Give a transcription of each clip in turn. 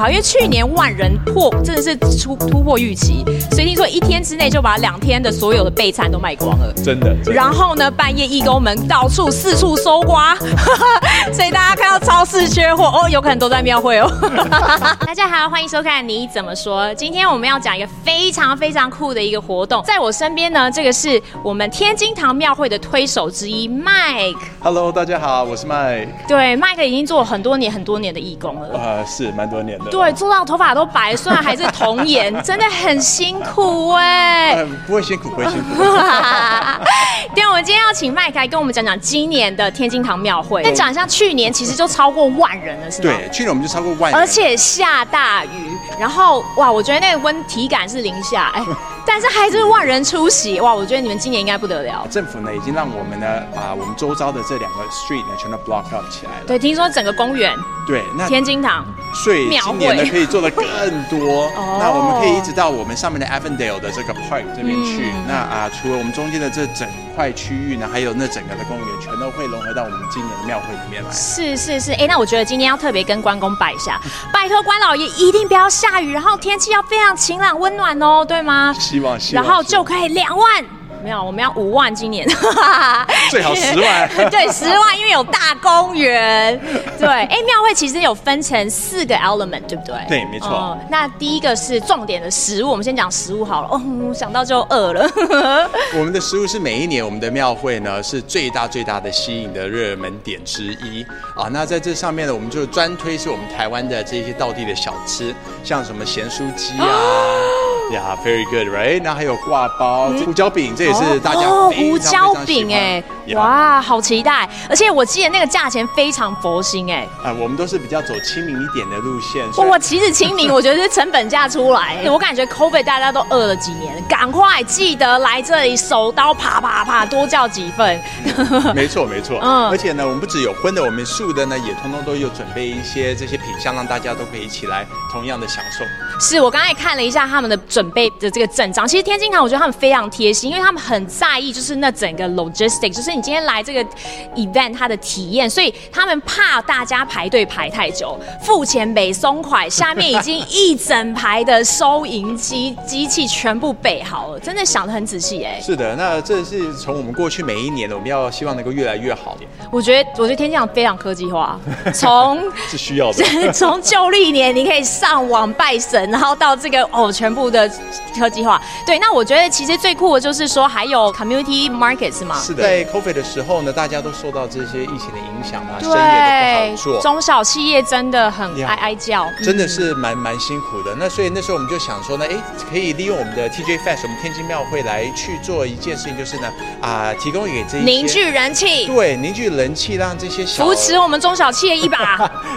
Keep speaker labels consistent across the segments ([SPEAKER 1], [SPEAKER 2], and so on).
[SPEAKER 1] 好，因为去年万人破真的是突突破预期，所以听说一天之内就把两天的所有的备餐都卖光了。
[SPEAKER 2] 真的，真的
[SPEAKER 1] 然后呢，半夜义工们到处四处搜刮， 所以大家看到超市缺货哦，有可能都在庙会哦。大家好，欢迎收看《你怎么说》。今天我们要讲一个非常非常酷的一个活动，在我身边呢，这个是我们天津堂庙会的推手之一 Mike。
[SPEAKER 2] Hello，大家好，我是麦，
[SPEAKER 1] 对，Mike 已经做了很多年很多年的义工了。
[SPEAKER 2] 呃，是蛮多年的，
[SPEAKER 1] 对，做到头发都白，虽然还是童颜，真的很辛苦哎、
[SPEAKER 2] 呃，不会辛苦，不会辛苦。
[SPEAKER 1] 对，我们今天要请麦克来跟我们讲讲今年的天津堂庙会。再讲一下，去年其实就超过万人了，是吗？
[SPEAKER 2] 对，。去年我们就超过万人，
[SPEAKER 1] 而且下大雨，然后哇，我觉得那个温体感是零下， 哎，但是还是万人出席，哇，我觉得你们今年应该不得了。
[SPEAKER 2] 政府呢已经让我们呢把我们周遭的这两个 street 呢全都 block up 起来了。
[SPEAKER 1] 对，听说整个公园
[SPEAKER 2] 对，那
[SPEAKER 1] 天津堂，
[SPEAKER 2] 所以
[SPEAKER 1] 庙会
[SPEAKER 2] 今年呢可以做的更多
[SPEAKER 1] 哦。
[SPEAKER 2] 那我们可以一直到我们上面的 Avondale 的这个 park 这边去。
[SPEAKER 1] 嗯
[SPEAKER 2] 那啊，除了我们中间的这整块区域呢，还有那整个的公园，全都会融合到我们今年的庙会里面来。
[SPEAKER 1] 是是是，哎，那我觉得今天要特别跟关公拜一 下，拜托关老爷一定不要下雨，然后天气要非常晴朗温暖哦，对吗？
[SPEAKER 2] 希望，希
[SPEAKER 1] 然
[SPEAKER 2] 望。
[SPEAKER 1] 后
[SPEAKER 2] 希
[SPEAKER 1] 就
[SPEAKER 2] 望
[SPEAKER 1] 可以两万。没有，我们要五万今年，
[SPEAKER 2] 最好10万
[SPEAKER 1] 对，十万，因为有大公园。对，哎，庙会其实有分成四个 element，对不对？
[SPEAKER 2] 对没错
[SPEAKER 1] 哦那第一个是重点的食物，我们先讲食物好了。哦，想到就饿了。
[SPEAKER 2] 我们的食物是每一年我们的庙会呢是最大最大的吸引的热门点之一啊。那在这上面呢，我们就专推是我们台湾的这些道地的小吃，像什么咸酥鸡啊。
[SPEAKER 1] 哦
[SPEAKER 2] 呀、v e r y good，right？那还有挂包、胡椒饼，这也是大家
[SPEAKER 1] 嗯哦，
[SPEAKER 2] 非常
[SPEAKER 1] 胡椒饼哎
[SPEAKER 2] 哎，，哇！
[SPEAKER 1] 哇，好期待！而且我记得那个价钱非常佛心哎。
[SPEAKER 2] 啊，我们都是比较走亲民一点的路线，所以
[SPEAKER 1] 我其实清明，我觉得是成本价出来。我感觉 COVID 大家都饿了几年，赶快记得来这里手刀啪啪啪，多叫几份。
[SPEAKER 2] 没错没错，
[SPEAKER 1] 嗯
[SPEAKER 2] 而且呢，我们不只有荤的，我们素的呢也通通都有准备一些这些品相，让大家都可以一起来同样的享受。
[SPEAKER 1] 是我刚才也看了一下他们的准备的这个阵仗，其实天津港我觉得他们非常贴心，因为他们很在意就是那整个 logistic，就是你今天来这个 event 它的体验，所以他们怕大家排队排太久，付钱北松快，下面已经一整排的收银机机器全部备好了，真的想得很仔细哎、
[SPEAKER 2] 是的，那这是从我们过去每一年的，我们要希望能够越来越好，
[SPEAKER 1] 我觉得，我觉得天降非常科技化，从。
[SPEAKER 2] 是需要 的。
[SPEAKER 1] 从旧历年，你可以上网拜神，然后到这个哦，全部的科技化。对，那我觉得其实最酷的就是说，还有 community market 是吗？
[SPEAKER 2] 是的，在 COVID 的时候呢，大家都受到这些疫情的影响啊，生意也
[SPEAKER 1] 对
[SPEAKER 2] 都不好，做，
[SPEAKER 1] 中小企业真的很
[SPEAKER 2] 呀
[SPEAKER 1] 哀哀叫，嗯
[SPEAKER 2] 真的是蛮蛮辛苦的。那所以那时候我们就想说呢，哎，可以利用我们的 TJ Fest，我们天津庙会来去做一件事情，就是呢，啊、提供给这一些
[SPEAKER 1] 凝聚嗯人气，
[SPEAKER 2] 对凝聚人气，让这些小
[SPEAKER 1] 扶持我们中小企业一 把。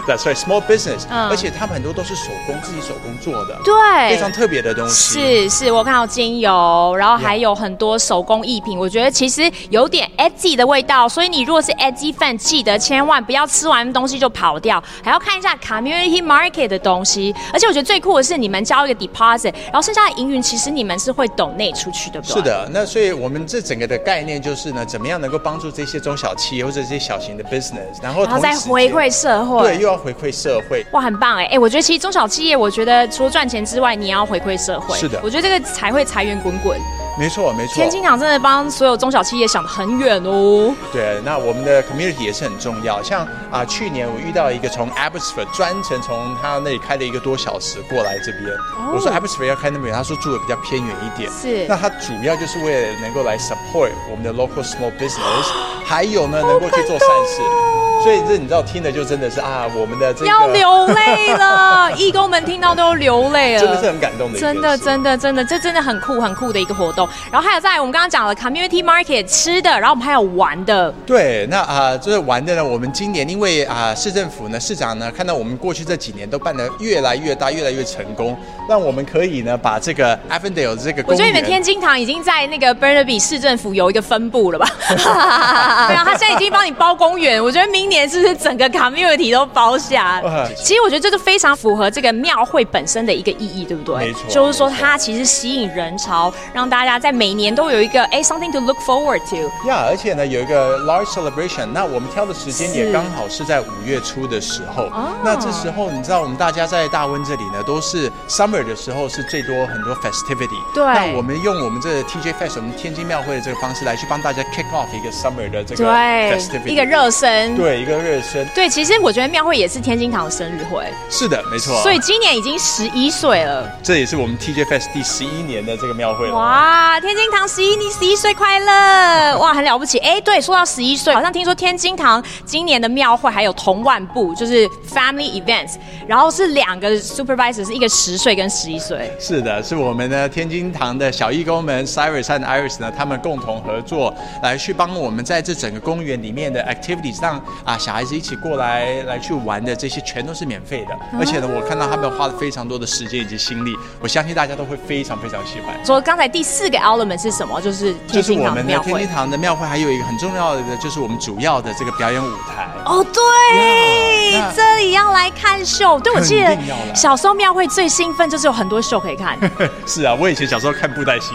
[SPEAKER 2] That's right, small business，、
[SPEAKER 1] 嗯
[SPEAKER 2] 而且他们很多都是手工自己手工做的，
[SPEAKER 1] 对，
[SPEAKER 2] 非常特别的东西。
[SPEAKER 1] 是是，我看到精油，然后还有很多手工艺品，我觉得其实有点 edgy 的味道，所以你如果是 edgy fan，记得千万不要吃完东西就跑掉，还要看一下 community market 的东西。而且我觉得最酷的是你们交一个 deposit，然后剩下的营运其实你们是会抖内出去，对不对？
[SPEAKER 2] 是。的，那所以我们这整个的概念就是呢，怎么样能够帮助这些中小企业或者这些小型的 business，然后
[SPEAKER 1] 然后
[SPEAKER 2] 同
[SPEAKER 1] 再
[SPEAKER 2] 时间
[SPEAKER 1] 回馈社会，
[SPEAKER 2] 对，又要回馈社会。
[SPEAKER 1] 哇，很棒哎！哎，我觉得其实中小企业，我觉得除了赚钱之外，你也要回馈社会。
[SPEAKER 2] 是的
[SPEAKER 1] 我觉得这个才会财源滚滚。
[SPEAKER 2] 没错，没错
[SPEAKER 1] 天。津港真的帮所有中小企业想得很远哦。
[SPEAKER 2] 对，那我们的 community 也是很重要。像啊、去年我遇到一个从 Abbotsford 专程从他那里开了一个多小时过来这边。我说 Abbotsford 要开那么远，他说住的比较偏远一点。
[SPEAKER 1] 哦是
[SPEAKER 2] 那他主要就是为了能够来 support 我们的 local small business，还有呢能够去做善事。所以这你知道听的就真的是啊，我们的这个
[SPEAKER 1] 要流泪 了，义工们听到都流泪了，
[SPEAKER 2] 真的是很感动的一件事，
[SPEAKER 1] 真的，真的，真的，这真的很酷，很酷的一个活动。然后还有在我们刚刚讲了 community market 吃的，然后我们还有玩的，
[SPEAKER 2] 对，那啊、就是玩的呢。我们今年因为啊、市政府呢，市长呢，看到我们过去这几年都办得越来越大，越来越成功，让我们可以呢，把这个 Avondale 这个
[SPEAKER 1] 我
[SPEAKER 2] 公
[SPEAKER 1] 觉得你们
[SPEAKER 2] 园，
[SPEAKER 1] 天津堂已经在那个 Burnaby 市政府有一个分部了 吧？对啊，他现在已经帮你包公园，我觉得明年是不是整个 community 都包下？
[SPEAKER 2] 哇
[SPEAKER 1] 其实我觉得这个非常符合这个庙会本身的一个意义，对不对？
[SPEAKER 2] 没错
[SPEAKER 1] 就是说
[SPEAKER 2] 没错
[SPEAKER 1] 它其实吸引人潮，让大家在每年都有一个哎 something to look forward to。
[SPEAKER 2] 呀而且呢，有一个 large celebration，那我们挑的时间也
[SPEAKER 1] 是
[SPEAKER 2] 刚好是在五月初的时候。
[SPEAKER 1] 哦
[SPEAKER 2] 那这时候你知道，我们大家在大温这里呢，都是 summer 的时候是最多很多 festivity。
[SPEAKER 1] 对
[SPEAKER 2] 那我们用我们这个 TJ Fest，我们天津庙会的这个方式来去帮大家 kick off 一个 summer 的这个
[SPEAKER 1] 对，
[SPEAKER 2] festivity，
[SPEAKER 1] 一个热身。
[SPEAKER 2] 对一个热身。
[SPEAKER 1] 对，其实我觉得庙会也是天津堂的生日会，
[SPEAKER 2] 是的，没错。
[SPEAKER 1] 所以今年已经十一岁了。
[SPEAKER 2] 这也是我们 TJ Fest 第十一年的这个庙会了。
[SPEAKER 1] 哇，天津堂十一，你十一岁快乐！ 哇，很了不起。哎，对，说到十一岁，好像听说天津堂今年的庙会还有同万步，就是 family events，然后是两个 supervisor，是一个十岁跟十一岁。
[SPEAKER 2] 是的，是我们的天津堂的小义工们 Cyrus 和 Iris 呢，他们共同合作，来去帮我们在这整个公园里面的 activities 上啊，小孩子一起过来来去玩的这些，全都是免费
[SPEAKER 1] 啊
[SPEAKER 2] 的。而且呢，我看到他们花了非常多的时间以及心力，我相信大家都会非常非常喜欢。
[SPEAKER 1] 说刚才第四个 element 是什么？就是
[SPEAKER 2] 就
[SPEAKER 1] 天
[SPEAKER 2] 是
[SPEAKER 1] 津
[SPEAKER 2] 我
[SPEAKER 1] 堂的
[SPEAKER 2] 们的
[SPEAKER 1] 庙
[SPEAKER 2] 天
[SPEAKER 1] 会
[SPEAKER 2] 津。堂的庙会，还有一个很重要的，就是我们主要的这个表演舞 台。
[SPEAKER 1] 哦，对
[SPEAKER 2] Yeah，那
[SPEAKER 1] 这里要来看秀。对，我记得
[SPEAKER 2] 肯定要来
[SPEAKER 1] 小时候庙会最兴奋就是有很多秀可以 看，
[SPEAKER 2] 是啊，我以前小时候看布袋戏。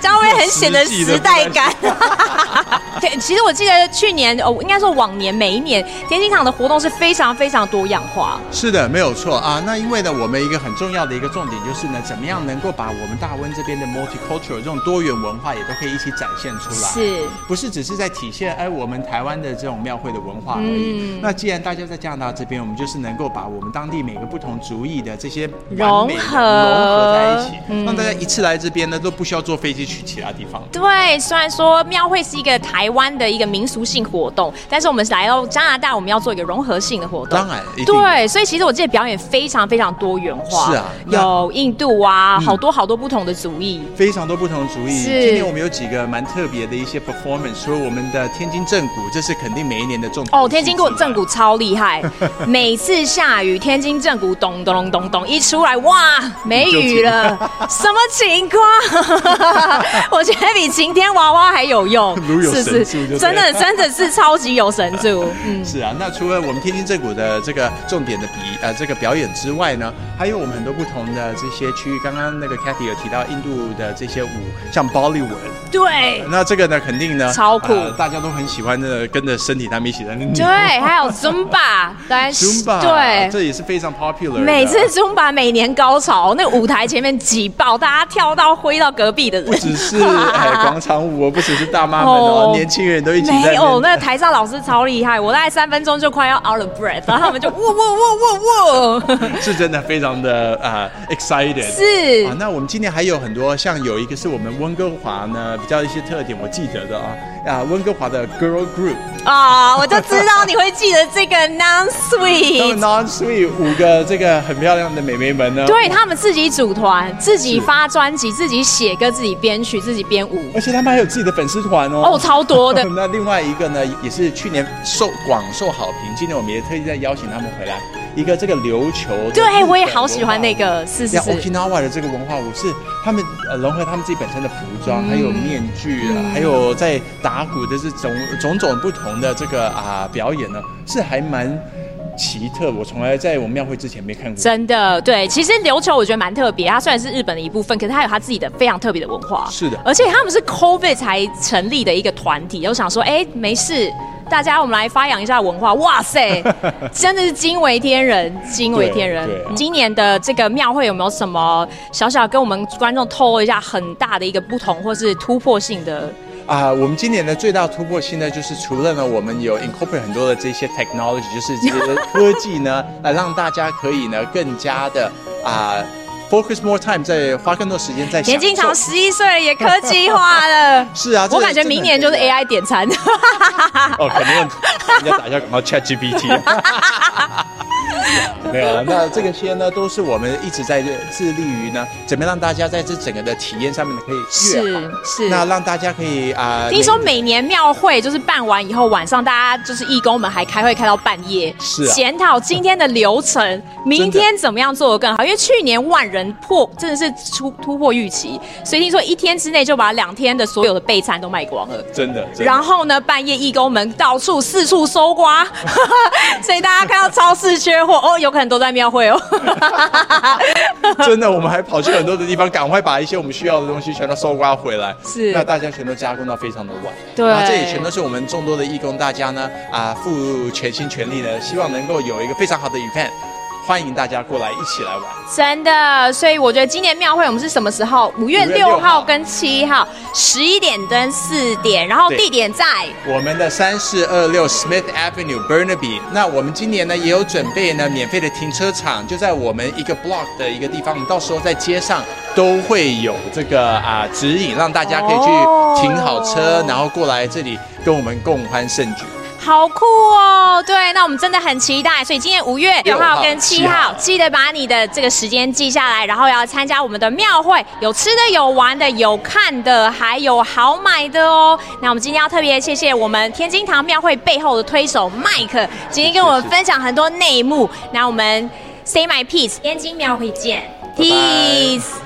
[SPEAKER 1] 这样会很显得时代感。 对，其实我记得去年哦，应该说往年每一年田径场的活动是非常非常多样化。
[SPEAKER 2] 是的，没有错啊。那因为呢，我们一个很重要的一个重点就是呢，怎么样能够把我们大温这边的 multicultural 这种多元文化也都可以一起展现出来。
[SPEAKER 1] 是
[SPEAKER 2] 不是只是在体现哎我们台湾的这种庙会的文化而
[SPEAKER 1] 嗯
[SPEAKER 2] 已。那既然大家在加拿大这边，我们就是能够把我们当地每个不同族裔的这些完美
[SPEAKER 1] 融
[SPEAKER 2] 的
[SPEAKER 1] 合
[SPEAKER 2] 融合在一起，
[SPEAKER 1] 嗯
[SPEAKER 2] 让大家一次来这边呢都不需要坐飞机去其他地方。
[SPEAKER 1] 对，虽然说庙会是一个台湾的一个民俗性活动，但是我们来到加拿大，我们要做一个融合性的活动。
[SPEAKER 2] 当然一定
[SPEAKER 1] 对，所以其实我记得表演非常非常多元化，
[SPEAKER 2] 是啊那嗯
[SPEAKER 1] 有印度啊，好多好多不同的族裔。
[SPEAKER 2] 非常多不同的主意。
[SPEAKER 1] 是
[SPEAKER 2] 今天我们有几个蛮特别的一些 performance，除了我们的天津正骨，这是肯定每一啊年的重头
[SPEAKER 1] 哦，
[SPEAKER 2] 戏
[SPEAKER 1] 天津正
[SPEAKER 2] 之外
[SPEAKER 1] 正骨超厉 害，每次下雨，天津正骨咚咚咚咚咚一出来，哇，没雨了，什么情况？ 我觉得比晴天娃娃还有用，
[SPEAKER 2] 如有
[SPEAKER 1] 是
[SPEAKER 2] 神助
[SPEAKER 1] 不？
[SPEAKER 2] 就是对
[SPEAKER 1] 真
[SPEAKER 2] 了
[SPEAKER 1] 的真的是超级有神助，嗯。
[SPEAKER 2] 是啊，那除了我们天津正骨的这个重点的比呃这个表演之外呢，还有我们很多不同的这些区域。刚刚那个 Kathy 有提到印度的这些舞，像 Bollywood，
[SPEAKER 1] 对
[SPEAKER 2] 那这个呢肯定呢
[SPEAKER 1] 超酷
[SPEAKER 2] 呃大家都很喜欢的，跟着身体他们一起在那
[SPEAKER 1] 对，还有 Zumba，来
[SPEAKER 2] Zumba，
[SPEAKER 1] 对。
[SPEAKER 2] 啊这也是非常 popular 的。
[SPEAKER 1] 每次 Zumba 每年高潮，那舞台前面挤爆，大家跳到挥到隔壁的人，
[SPEAKER 2] 不 只是哎广场舞哦，不只是大妈们哦，
[SPEAKER 1] 哦
[SPEAKER 2] 年轻人都一起在
[SPEAKER 1] 没有，
[SPEAKER 2] 边
[SPEAKER 1] 那台上老师超厉害，我大概三分钟就快要 out of breath，然后他们就哇哇哇哇 哇，
[SPEAKER 2] 是真的非常的啊、excited。
[SPEAKER 1] 是
[SPEAKER 2] 啊，那我们今年还有很多，像有一个是我们温哥华呢比较一些特点，我记得的啊啊，温哥华的 girl group，
[SPEAKER 1] 啊，我就知道你会记得这个 non
[SPEAKER 2] 他们
[SPEAKER 1] sweet。
[SPEAKER 2] non sweet 五个这个很漂亮的美眉们呢，
[SPEAKER 1] 对他们自己组团，自己
[SPEAKER 2] 是
[SPEAKER 1] 发专辑，自己写歌，自己编曲，自己编舞，
[SPEAKER 2] 而且他们还有自己的粉丝团哦。。
[SPEAKER 1] 哦，超多的
[SPEAKER 2] 那另外一个呢，也是去年受广受好评，今年我们也特意在邀请他们回来，一个这个琉球的日本文化舞，
[SPEAKER 1] 对，我也好喜欢那个，是是
[SPEAKER 2] 像
[SPEAKER 1] 是。
[SPEAKER 2] Okinawa 的这个文化舞是他们呃融合他们自己本身的服装，
[SPEAKER 1] 嗯
[SPEAKER 2] 还有面具，啊，还有在打鼓的这种种种不同的这个啊、表演呢，是还蛮奇特。我从来在我们庙会之前没看过。
[SPEAKER 1] 真的，对，其实琉球我觉得蛮特别，它虽然是日本的一部分，可是它有它自己的非常特别的文化。
[SPEAKER 2] 是的
[SPEAKER 1] 而且他们是 COVID 才成立的一个团体，我想说，哎，没事。大家，我们来发扬一下文化。哇 塞，真的是惊为天人，惊为天人
[SPEAKER 2] 对对啊！
[SPEAKER 1] 今年的这个庙会有没有什么小小跟我们观众透露一下很大的一个不同，或是突破性的？
[SPEAKER 2] 啊，我们今年的最大突破性呢，就是除了呢，我们有 incorporate 很多的这些 technology，就是这些科 技呢，来让大家可以呢更加的啊 focus more time，在花更多时间在
[SPEAKER 1] 田径
[SPEAKER 2] 享
[SPEAKER 1] 堂
[SPEAKER 2] 受，
[SPEAKER 1] 十一岁也科技化了
[SPEAKER 2] 是啊，
[SPEAKER 1] 我感觉明年就是
[SPEAKER 2] 真的
[SPEAKER 1] AI
[SPEAKER 2] 很重要
[SPEAKER 1] 点 餐。
[SPEAKER 2] 哦，肯定人家打一下广告 ChatGPT。没有了，那这个些呢，都是我们一直在致力于呢，怎么样让大家在这整个的体验上面呢可以越好，
[SPEAKER 1] 是是
[SPEAKER 2] 那让大家可以啊，
[SPEAKER 1] 听说每年庙会就是办完以后，晚上大家就是义工们还开会开到半夜，
[SPEAKER 2] 是啊
[SPEAKER 1] 检讨今天的流程，明天怎么样做得更好？因为去年万人破真的是出突破预期，所以听说一天之内就把两天的所有的备餐都卖光了。
[SPEAKER 2] 真的，真的
[SPEAKER 1] 然 后呢，半夜义工们到处四处搜刮，所以大家看到超市缺货，果哦，有可能都在庙会哦。
[SPEAKER 2] 真的，我们还跑去很多的地方，赶快把一些我们需要的东西全都搜刮回来。
[SPEAKER 1] 是
[SPEAKER 2] 那大家全都加工到非常的晚。
[SPEAKER 1] 对
[SPEAKER 2] 那这也全都是我们众多的义工，大家呢啊，付全心全力呢，希望能够有一个非常好的 event，欢迎大家过来一起来玩。
[SPEAKER 1] 真的，所以我觉得今年庙会我们是什么时候？五月
[SPEAKER 2] 5月
[SPEAKER 1] 六
[SPEAKER 2] 6
[SPEAKER 1] 号
[SPEAKER 2] 号
[SPEAKER 1] 跟七号，十一点跟四点，然后
[SPEAKER 2] 对
[SPEAKER 1] 地点在
[SPEAKER 2] 我们的三四二六 Smith Avenue Burnaby。那我们今年呢也有准备呢免费的停车场，就在我们一个 block 的一个地方。我们到时候在街上都会有这个啊、指引，让大家可以去
[SPEAKER 1] 哦
[SPEAKER 2] 停好车，然后过来这里跟我们共欢盛举。
[SPEAKER 1] 好酷哦！对，那我们真的很期待。所以今年五月六
[SPEAKER 2] 6
[SPEAKER 1] 号
[SPEAKER 2] 号
[SPEAKER 1] 跟七
[SPEAKER 2] 7
[SPEAKER 1] 号
[SPEAKER 2] 号，
[SPEAKER 1] 记得把你的这个时间记下来，然后要参加我们的庙会，有吃的、有玩的、有看的，还有好买的哦。那我们今天要特别谢谢我们天津堂庙会背后的推手麦克，今天跟我们分享很多内幕。那我们 Say My Peace，天津庙会见
[SPEAKER 2] 拜拜
[SPEAKER 1] ，Peace。